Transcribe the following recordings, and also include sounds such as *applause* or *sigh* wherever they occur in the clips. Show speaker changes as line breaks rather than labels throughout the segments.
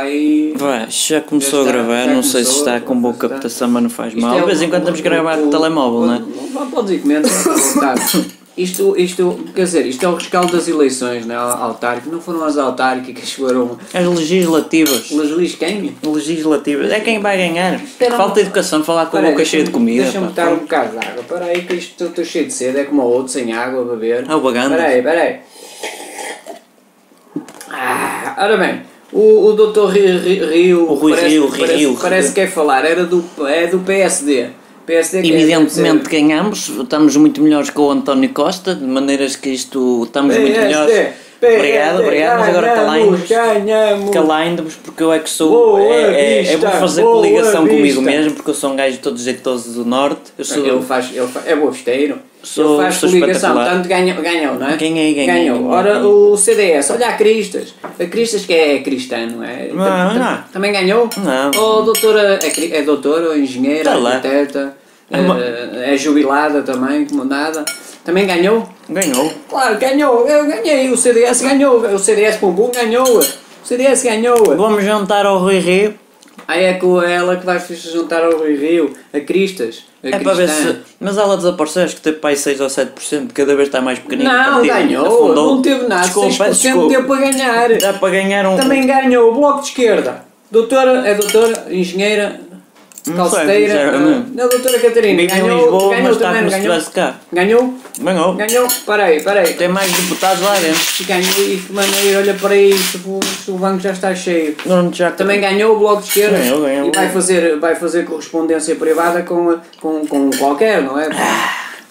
Aí.
Vai, já começou
Já
a
está,
gravar,
já
não sei se
começou,
está com boa
está.
captação, mas não faz
Isto
mal.
é
De vez
o-
em quando estamos a gravar
o-
de telemóvel,
o-
não é?
o- Podes ir comendo,
*laughs*
vontade. Isto, isto, quer dizer, isto é o rescaldo das eleições, não é? Autárquicas. Não foram as autárquicas, foram
As legislativas.
os Luís quem?
Legislativas. É quem vai ganhar.
Espera,
Falta educação, falar com a
Espera aí,
boca cheia de comida.
Então, Deixa-me
pá.
estar um bocado de água. Para aí, que isto estou cheio de sede, é como o outro, sem água, a beber.
Ah, o Baganda.
Espera aí, espera aí. Ah, ora bem, o, o doutor Rio, Rio,
O Rui
parece,
Rio, Rio,
parece,
Rio.
parece que é falar, era do, é do PSD. PSD que é-
Evidentemente ganhamos, estamos muito melhores que o António Costa, de maneiras que isto estamos muito melhores. Obrigado, obrigado, mas agora calai-nos.
Ganhamos, ganhamos.
Calai-nos porque eu é que sou.
Boa
É, é, é
vista,
bom fazer
boa
coligação comigo
vista.
mesmo, porque eu sou um gajo todo jeitoso do norte. Eu sou
Ele faz, ele fa- é bosteiro.
Sou-
ele faz
sou
coligação,
espetacular.
tanto ganhou, ganhou, não é?
Ganhei, ganhei,
Ganhou.
ganhei.
Ora, o CDS, olha a Cristas. A Cristas que é cristã, não é?
Não,
Tam- tam-
não.
Também ganhou?
Não.
Ou a doutora, é, cri- é doutora, ou engenheira,
Tá lá.
arquiteta,
É uma-
é, é jubilada também, como nada. Também ganhou?
Ganhou.
Claro, ganhou, eu ganhei, o CDS ganhou, o CDS Bumbum ganhou, o CDS ganhou.
Vamos jantar ao Rui Rio.
Aí é com ela que vai se juntar ao Rui Rio, a Cristas, a
É para ver
cristã.
se. Mas ela desapareceu, acho que teve para aí 6 ou 7%, cada vez está mais pequenino. o
Não,
partido.
ganhou,
Afundou.
não teve nada,
Desculpa,
6%
desculpa.
deu para ganhar.
Dá para ganhar um.
Também ganhou o Bloco de Esquerda. Doutora, é doutora, engenheira,
sei,
calceteira.
sinceramente.
Não, doutora Catarina,
Vive em
ganhou,
Lisboa,
ganhou
mas está
também,
como se
ganhou.
estivesse cá.
Ganhou,
Ganhou.
ganhou, peraí, peraí.
Tem mais deputados lá dentro.
Ganhou e que maneira, olha para isso, o- o banco já está cheio.
Não, já-
Também ganhou o Bloco de Esquerda
Ganhou, ganhou.
e vai fazer, vai fazer correspondência privada com, a- com, com qualquer, não é?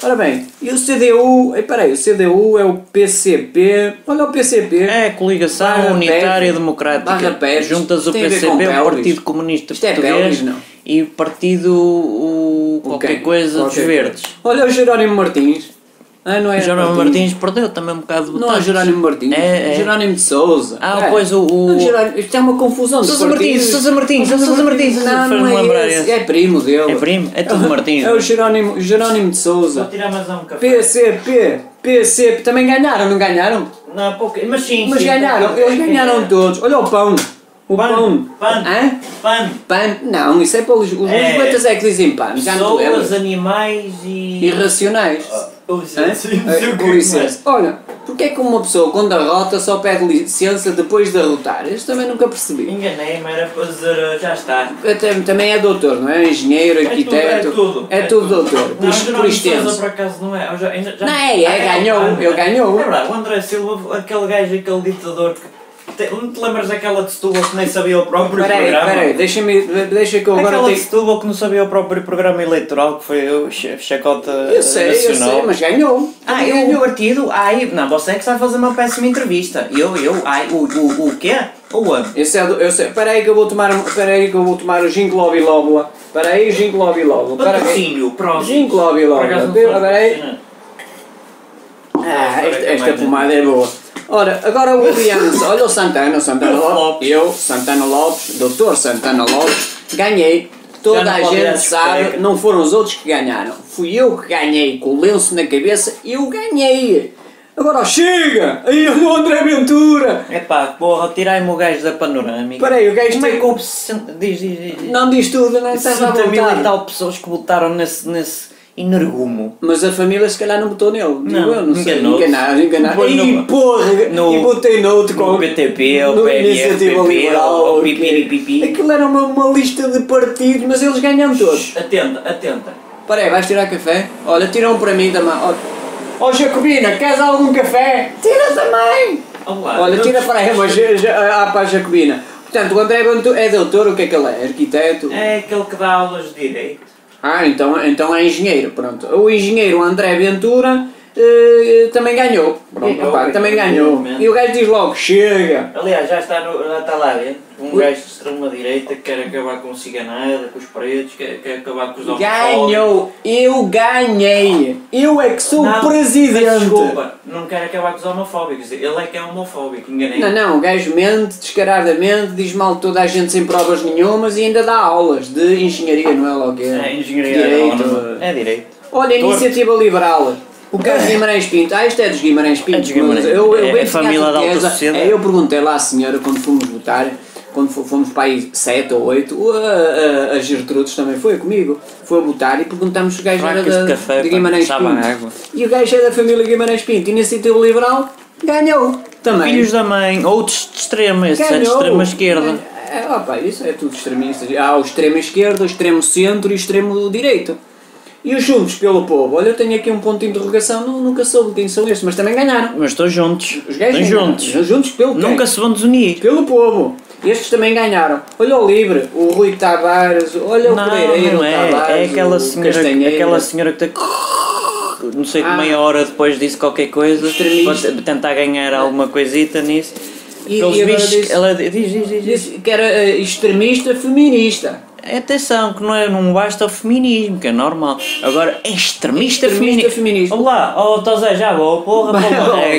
Ora bem, e o CDU? Ei, Peraí, o CDU é o PCP. Olha o PCP.
É a coligação
Barra
unitária
Pérez. Barra
democrática.
Pérez.
Juntas o
Tem a ver
PCB,
com
o
Pelvis.
Partido Comunista
Isto é
Português
Pelvis, não?
e o Partido o,
O
qualquer
quem?
coisa dos
Qualquer
Verdes.
coisa. Olha o Jerónimo Martins. Ah, não é?
Jerónimo Martins perdeu também um bocado de votantes.
Não é Jerónimo Martins.
É, é.
Jerónimo de Souza.
Ah,
Pera.
pois, o- o-
Não, Jerónimo- Isto é uma confusão. de
Sousa Martins,
partidos.
Sousa Martins,
Sousa
Sousa Martins,
Não,
faz-me
não é
lembrar
esse.
esse.
É primo dele.
É primo? É tudo Martins.
É o Jerónimo, Jerónimo de Souza.
tirar mais um café.
PCP, PCP. Também ganharam, não ganharam?
Não, pouco, mas sim.
Mas ganharam, eles ganharam todos. Olha o pão. O pão. Hã?
Pano.
Pan? Não, isso é para os. Os
É.
lisboetas é que dizem pan. Já não te lembras?
animais e.
Irracionais.
Ah,
Ah,
Hã? Eh,
é
Com licença. Olha, porque é que uma pessoa quando derrota só pede licença depois de derrotar? Isto também nunca percebi.
Enganei-me, era
ah,
fazer. Já está.
Até- Também é doutor, não é? Engenheiro, arquiteto. É tudo doutor. Por,
Não,
por
Jerónimo Sousa,
extenso.
por acaso não é. Eu já- ainda- já-
Não, é, é,
Ah, o
ganhou,
Pano,
ele
não é?
ganhou. um.
É verdade, o André Silva, aquele gajo, aquele ditador que. Te, não te lembras daquela de Setúbal que nem sabia o próprio
Peraí,
programa?
peraí, deixa-me. Deixa que eu agora
Aquela de
tenho.
Setúbal que não sabia o próprio programa eleitoral, que foi o che- chacota
Eu sei, eu
nacional.
sei, mas ganhou.
Ah,
Também
eu o
ganhou.
partido? Ai, não, você é que está a fazer uma péssima entrevista. Eu, eu, ai, o, o, o quê? O ano.
Esse é do, eu sei, peraí que eu vou tomar, peraí que eu vou tomar o Ginklobi Lóbula. Peraí, Ginklobi Lóbula. Peraí.
Patrocínio, próximo.
Ginklobi
Por acaso
Lóbula.
não sou
Peraí.
patrocinado.
Ah,
Agora
esta,
é que
esta
mais, né?
pomada é boa. Ora, agora o Aliança. Olha o Santana, o Santana Lopes.
Lopes.
Eu, Santana Lopes, doutor Santana Lopes, ganhei.
Já
Toda
não
a
pode ir à
gente
discoteca.
sabe, não foram os outros que ganharam. Fui eu que ganhei, com o lenço na cabeça, eu ganhei. Agora chega! Aí é o André Ventura!
Epá, porra, tirai-me o gajo da panorâmica.
Espera aí, o gajo
Como é
tem-
que houve 60 diz, diz, diz, diz,
Não diz tudo, não estás à
60 mil e
vontade.
tal pessoas que votaram nesse, nesse energumo?
Mas a família se calhar não botou nele. Digo
Não,
eu, não sei.
enganou-se.
Enganaram, enganaram.
Depois
E
no-
porra,
no-
e botei noutro
Com o PTP, o
no
PMR,
Iniciativa Liberal,
o
o quê?
PPP.
Aquilo era uma, uma lista de partidos, mas eles ganham todos.
Atenta, atenta.
Peraí, vais tirar café? Olha, tira um para mim também. Ó oh, Jacobina, queres algum café? Tira também!
Olá.
Olha,
não
tira
te-
para aí, mas ah, para a Jacobina. Portanto, o André Ventura é doutor, o que é que ele é? Arquiteto?
É aquele que dá aulas de direito.
Ah, então, então é engenheiro, pronto. O engenheiro André Ventura eh, também ganhou. Pronto,
Ganhou,
pá,
ganhou,
também ganhou.
obviamente.
E o gajo diz logo, chega!
Aliás, já está, no, já está lá dentro. Um
Ui.
gajo de extrema-direita que quer acabar com o ciganada, com os pretos, quer, quer acabar com os homofóbicos.
Ganhou! Eu ganhei! Eu é que sou
Não,
o presidente!
mas Desculpa, não quer acabar com os homofóbicos. Ele é que é homofóbico, enganei.
Não, não, o gajo mente descaradamente, diz mal de toda a gente sem provas nenhumas e ainda dá aulas de engenharia, não é logo?
É engenharia
Direito.
agrónoma. É direito.
Olha, iniciativa liberal. O Carlos Guimarães Pinto. Ah, isto é dos Guimarães Pinto.
É dos Guimarães.
mas Eu, eu
É
bem
a família da alta
certeza,
sociedade.
é, Eu perguntei lá à senhora quando fomos votar. quando fo- fomos para aí 7 ou 8, a, a, a Gertrudes também foi comigo. Foi a botar e perguntámos se o gajo era
Fracas de
da,
café,
de
pá,
Guimarães
sabe a
Pinto.
água.
E o gajo é da família Guimarães Pinto. E nesse sentido liberal, ganhou também.
Filhos da mãe, outros de extrema, esse é de extrema esquerda.
É, é, opa, isso é tudo extremista. Há o extremo esquerdo, o extremo centro e o extremo direito. E os juntos pelo povo? Olha, eu tenho aqui um ponto de interrogação, nu- nunca soube quem são estes, mas também ganharam.
Mas estão juntos.
Os gajos
Estão
ganharam.
juntos.
Juntos pelo quem?
Nunca se vão desunir.
Pelo povo. Estes também ganharam. Olha o Livre, o Rui Tavares, olha o
Não,
Pereira,
não
o
é. É
Tavares,
aquela
o
senhora,
Castanheira.
aquela senhora que tem. Não sei que
Ah.
meia hora depois disse qualquer coisa
Extremista.
para tentar ganhar alguma coisita nisso.
E-
Aqueles
e agora
bichos.
disse-
Ela diz, diz, diz, diz.
Disse que era eh, extremista feminista.
Atenção, que não, é, não basta o feminismo, que é normal. Agora, é extremista,
Extremista
feminista.
feminista.
Olá, ó,
tá,
Tosé, já vou, porra, porra.
É,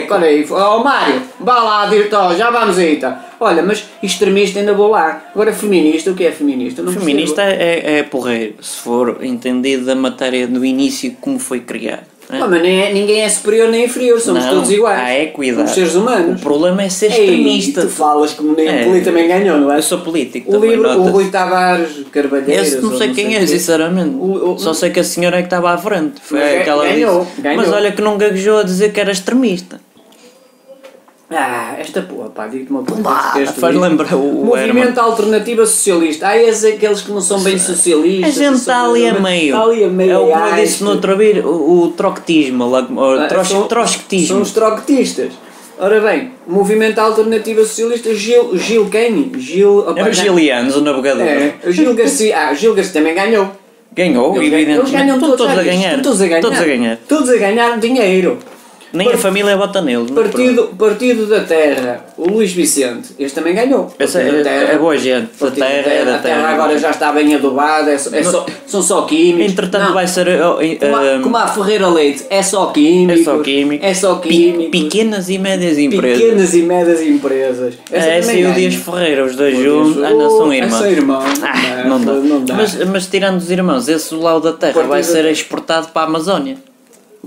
Vai, ó, Olha aí, ó Mário, vá lá, Virtual, já vamos aí, tá? Olha, mas extremista ainda vou lá. Agora feminista, o que é feminista? Eu Não percebo.
Feminista é, é porreiro, se for entendido da matéria do início como foi criada. né?
Pá, mas nem é- ninguém é superior nem inferior, somos
Não,
todos iguais.
há equidade.
Somos seres
O
humanos.
problema é ser extremista.
Ei, tu falas como nem
É.
o Poli também ganhou, não é?
Eu sou político
O
também,
livro, o
nota-se.
Rui Tavares, Carvalheiras...
Esse não
ou
sei quem é,
quê.
sinceramente.
O- o-
Só sei que a senhora é que estava à frente. Foi
Mas é-
aquela
ganhou,
disse.
ganhou.
Mas olha que não gaguejou a dizer que era extremista.
Ah, esta porra, pá, digo-te uma coisa.
Pá,
este texto
faz
livre.
lembrar o- o
Movimento Alternativa Socialista. Ah, és aqueles que não são bem
A
socialistas.
gente
são-
está ali a meio.
Está tá ali a meio.
É o que eu
ai,
disse no outro vídeo, o, o troctismo, lá, o
Ah,
tros,
são- São
trotskismo.
os troquetistas. Ora bem, Movimento Alternativa Socialista, Gil, Gil quem? Gil... opa,
É os
já-
gilianos, o navegador.
É, o Gil Garcia. Ah, o Gil Garcia também ganhou.
Ganhou,
Eles ganham-
evidentemente.
eles ganham
Oh, Estão
todos, já
todos a
viste?
ganhar.
Estão Todos a ganhar.
Todos a ganhar.
Todos a ganhar dinheiro.
Nem a
Par-
família vota neles. mas pronto.
Partido, partido da Terra, o Luís Vicente, este também ganhou.
Essa
Partido
é,
da Terra.
é boa gente. Da
Partido da
terra, é
Terra.
da
A terra
terra.
agora já está bem adubada, é só- é só- são só químicos.
Entretanto,
Não,
vai ser. oh, eh,
como, a,
ehm,
como a Ferreira Leite, é só químicos.
É só químico.
É só
Pe-
químicos.
pequenas e médias empresas.
Pequenas e médias empresas. Essa
É, esse
também
e o
ganha.
Dias Ferreira, os dois
O
juntos.
Dias-
Ah, não,
Oh,
são irmãos.
é só irmão.
*laughs* Ah,
Não,
não dá.
não dá.
Mas, mas tirando os irmãos, esse lado da terra
Partido-
vai ser exportado para a Amazónia.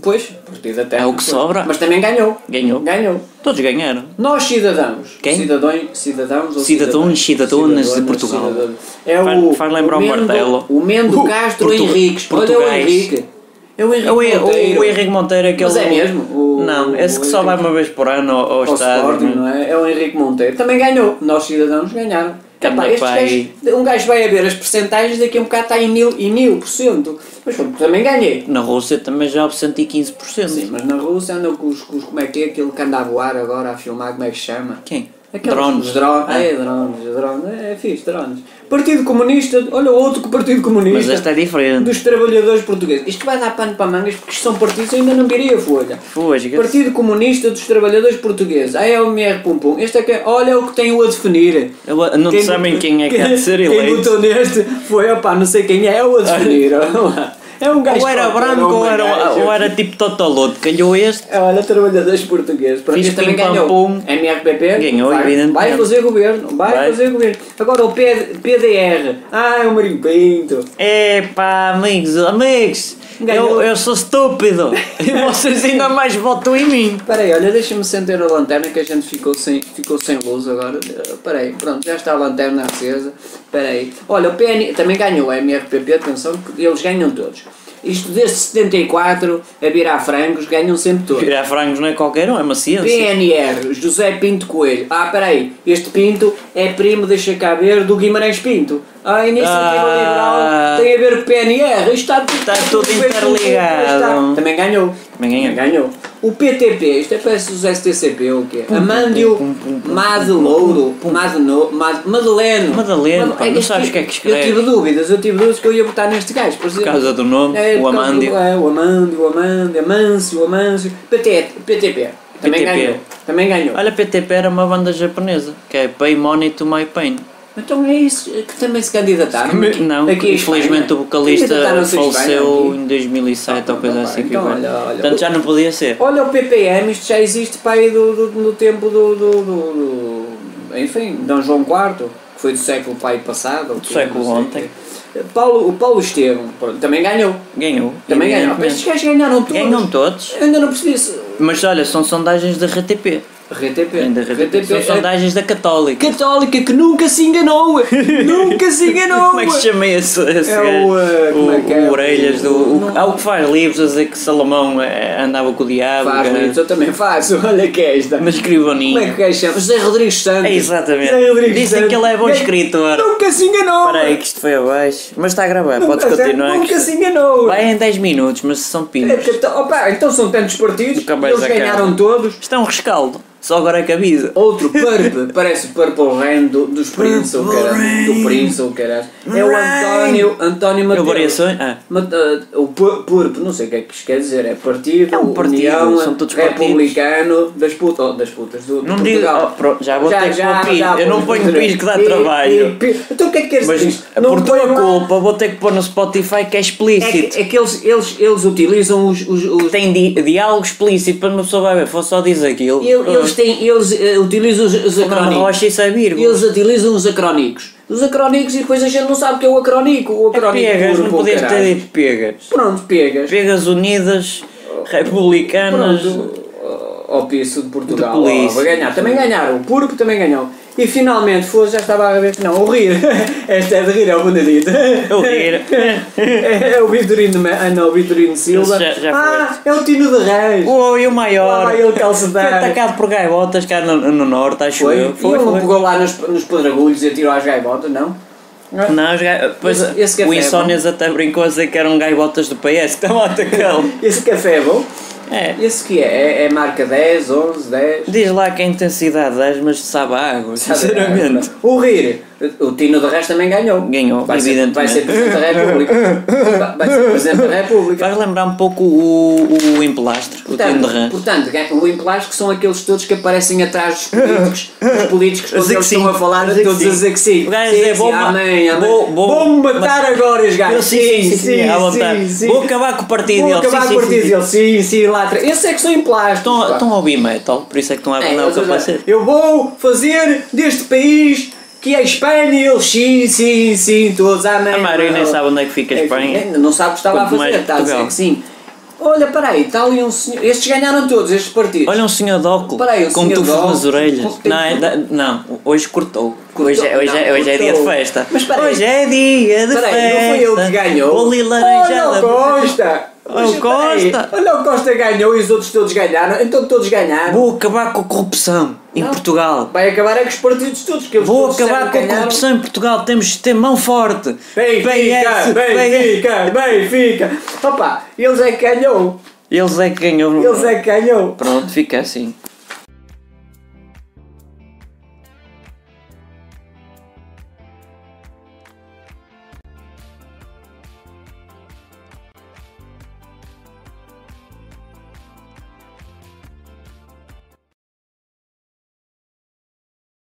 Pois, partido da Terra.
É o que sobra.
Mas também ganhou.
Ganhou.
Ganhou.
Todos ganharam.
Nós cidadãos.
Quem?
Cidadões, cidadãos ou
Cidadões, cidadãs de Portugal.
cidadãos. É
Faz-
o,
faz lembrar o
Mendo-
Martelo.
O Mendo
Uh,
Castro
Portu-
Henriques. Olha o
Portugais.
Henrique. É o Henrique.
É o, Hen-
Monteiro.
o Henrique Monteiro, aquele.
Mas é mesmo? O-
não, esse
o
que só vai
Henrique-
uma vez por ano ao, ao
Ao
estádio.
Sporting,
não é?
não é? É o Henrique Monteiro. Também ganhou. Nós cidadãos ganharam.
Anda
Epá, estes
para aí.
gajos- um gajo vai a ver as percentagens, daqui a um bocado está em mil, em mil por cento. Mas pronto, também ganhei.
Na Rússia também já houve 115%.
é? Sim, mas na Rússia andam com os, com os- como é que é, aquele que anda a voar agora a filmar, como é que se chama?
Quem?
Aqueles,
Drones.
Os drones.
Ah.
Ah, é, drones, drones. É, é fixe, drones. Partido Comunista, olha outro que o Partido Comunista.
Mas esta é diferente.
Dos trabalhadores portugueses. Isto vai dar pano para mangas porque isto são partidos, eu ainda não virei a folha.
Pois, que-
Partido Comunista dos Trabalhadores Portugueses. Ah, é o MR Pum Pum. Este é que, olha o que tenho a definir.
Eu- Não
Quem-
sabem quem é que há de ser
Quem
eleito.
votou neste foi, opá, não sei quem é, é o a
*laughs*
definir. É um gajo
Ou era
qualquer,
branco ou
uma
era,
gaja.
ou era tipo Totoloto. Calhou este.
Olha, trabalhadores portugueses. Para
Fiz
mim também
pim, pam,
ganhou.
pum.
MRPP.
Ganhou,
vai,
evidentemente.
Vai fazer governo. Vai,
Vai.
fazer governo. Agora o P- PDR. Ah, é o Marinho Pinto.
Epá, amigos, amigos, eu,
Ganhou.
eu
*laughs*
sou estúpido e vocês ainda mais votam em mim.
Espera aí, olha, deixa-me acender a lanterna que a gente ficou sem, ficou sem luz agora. Espera aí, pronto, já está a lanterna acesa. Espera aí. Olha, o PN também ganhou o MRPP, atenção, que eles ganham todos. Isto desde 74 a virar francos, ganham sempre todos.
Virar frangos não é qualquer um, é uma ciência.
PNR, José Pinto Coelho. Ah, peraí, este Pinto é primo, deixa cá ver, do Guimarães Pinto. A iniciativa liberal
Ah.
tem a ver com PNR. Isto está,
Está tudo interligado.
Está. Também ganhou.
Também ganhou.
O PTP, isto é parece os STCP ou o quê? Amândio Madelouro, Madeno- Mad- Madeleno.
Madaleno, pá, não
este-
sabes o que é que
Eu
escreve.
tive dúvidas, eu tive dúvidas que eu ia botar neste gajo. Por
Por causa do nome,
é,
o
por causa do-
Amândio.
É, o Amândio, o Amândio, Amâncio, o Amâncio. PT, PTP. Também
PTP.
ganhou. Também ganhou.
Olha, PTP era uma banda japonesa, que é Pay Money to My Pain.
Então é isso que também se candidataram.
Não,
Ah, Aqui em
infelizmente
Espanha.
o vocalista
Candidataram-se em Espanha,
faleceu
aqui.
em 2007
Então,
ou coisa
então,
assim. que
então,
vai.
olha, olha.
Portanto já não podia ser.
Olha o PPM, isto já existe para aí do, do- no tempo do, do, do- do- Enfim, Dom João IV, que foi do século pai passado. Do
século ontem.
Paulo, o Paulo Estevão pronto, também ganhou.
Ganhou.
Também ganhou.
evidentemente.
Estes gajos ganharam todos.
Ganham todos.
Eu ainda não percebi se.
Mas olha, são sondagens da RTP.
RTP.
Ainda RTP. São
é
sondagens da Católica.
católica que nunca se
*laughs*
enganou. nunca se enganou.
Como é que se chama esse, esse
É o,
gajo?
eh, como é que é?
o Orelhas do. O,
Não-
há o que faz livros a dizer que Salomão eh, andava com o diabo.
Faz,
cara.
Luís, eu também faço. *laughs* Olha que é esta.
Mas escreve
Como é que o
boninho.
gajo chama? José Rodrigues Santos.
É, exatamente.
José Rodrigues
Dizem
Santos.
que ele é bom
Nunca-
escritor.
Nunca se enganou.
Espera aí que isto foi abaixo. Mas está a gravar, podes
Mas é,
continuar. que
Nunca
isto-
se enganou.
Vai em 10 minutos, mas são
É
pinos.
porque tá- opa, então são tantos partidos,
Nunca mais
eles
acaba.
ganharam todos.
Isto é um rescaldo. Só agora é que avisa.
Outro Purple, *laughs* parece o Purple Rain do, dos Prince, ou
Purple
caralho. Do
Rain.
Prince, ou caralho. É o
Rain.
António, António
Eu
Mateus.
variações. Ah,
Mate- ah, o pu- PURP, não sei o que é que isto quer dizer, é partido,
É um partido,
União,
são todos partidos.
republicano, das putas, oh, das putas, do, do
Não digo-
Portugal.
oh, pronto, já vou ter que pôr pi. Eu não
vamos
ponho
fazer.
pi, que dá
Pi,
trabalho.
pi, pi. Então o que é que queres
mas
dizer?
por tua
ponho lá.
culpa vou ter que pôr no Spotify que é
É
explícito.
que, é que eles, eles, eles utilizam os- os- os,
Tem di- diálogo explícito para uma pessoa vai ver. Foi só diz aquilo.
Eu- Eles, têm, eles eh, utilizam os, os
Fernando
acrónicos.
Ah. Rocha é e Sabir.
Eles utilizam os acrónicos. Os acrónicos e depois a gente não sabe o que é o acrónico. O acrónico
Pegas,
puro,
não
pô,
podias ter
caralho.
dito pegas.
Pronto, pegas.
Pegas unidas, republicanas.
Pronto. Ao piso de Portugal.
De polícia.
Ó, vai ganhar. Também ganharam. O Purpo também ganhou. E finalmente, foi, já estava a ver que não. O rir. *laughs* Esta é de rir, é o Benedito.
Eu rir.
*laughs* É, é o Vitorino. Ma- Ah, não, o Vitorino Silva.
Esse já- já foi.
ah, é o Tino de Reis.
Oi, o
Lá
maior.
vai ele calcetar.
Foi atacado por gaivotas cá no, no norte, acho
Foi.
eu.
e ele não pegou lá nos, nos pedragulhos e atirou às gaivotas, não?
Não, os gai- pois,
Esse- esse café
o
é
Insónias até brincou a dizer que eram gaivotas do PS que *laughs* estavam a atacá-lo.
Esse café é bom?
É.
Esse que é? é? é marca 10, 11, 10?
Diz lá que a intensidade 10, mas sabe a água, sinceramente.
O rir. O Tino de Reis também ganhou.
Ganhou,
vai Ser,
evidentemente.
vai ser Presidente da República. Vai- Vai ser Presidente da República.
Faz lembrar um pouco o, o emplastro, o Tim de
Portanto,
Rã.
portanto, o Implás que são aqueles todos que aparecem atrás dos políticos, dos políticos
Eu
quando
sei
eles
que
estão
sim.
a falar,
Eu sei que
todos a
sim.
dizer que sim.
O gajo
Sim,
dizer,
sim,
vou ma-
amém, amém.
vou- vou-
Vou-me matar agora os
Eu
gajos.
sim, sim, sim, à vontade. Vou acabar com o partido
Vou
dele,
acabar
sim,
com o
sim, sim,
partido
sim.
dele, sim, sim, lá atrás. Esses é que são Implás.
Estão, estão a ouvir metal, por isso é que estão a
É,
abandonar o
ou seja,
capacete.
eu vou fazer deste país que é a Espanha e eles sim, sim, sim, todos amém.
A maioria nem
não.
sabe onde é que fica a
É,
Espanha.
é, Não sabe o que estava a
Quanto
fazer,
mais
está a dizer
Portugal.
que sim. Olha, peraí, está ali um senhor. Estes ganharam todos, estes partidos.
Olha um senhor de óculos
Espera aí, um
com
senhor de
tufos
óculos.
nas orelhas.
Com-
Não, é da- não, hoje cortou.
Cortou?
Hoje, é, hoje, é,
Não,
hoje é dia de
cortou.
festa.
Mas espera aí.
hoje é dia de
Peraí,
festa.
não foi ele que ganhou.
Vou ali
Olha
laranjada.
o Costa!
Olha o
Mas peraí,
Costa.
Olha o Costa ganhou e os outros todos ganharam, então todos ganharam.
Vou acabar com a corrupção em
Não.
Portugal.
Vai acabar é com os partidos todos que eles
Vou
todos
acabar
disseram
com
que
a
ganharam.
corrupção em Portugal. Temos de ter mão forte. PS,
Benfica, Benfica, Benfica. Opa, eles é que ganhou.
Eles é que ganhou.
Eles é que ganhou.
Pronto, fica assim.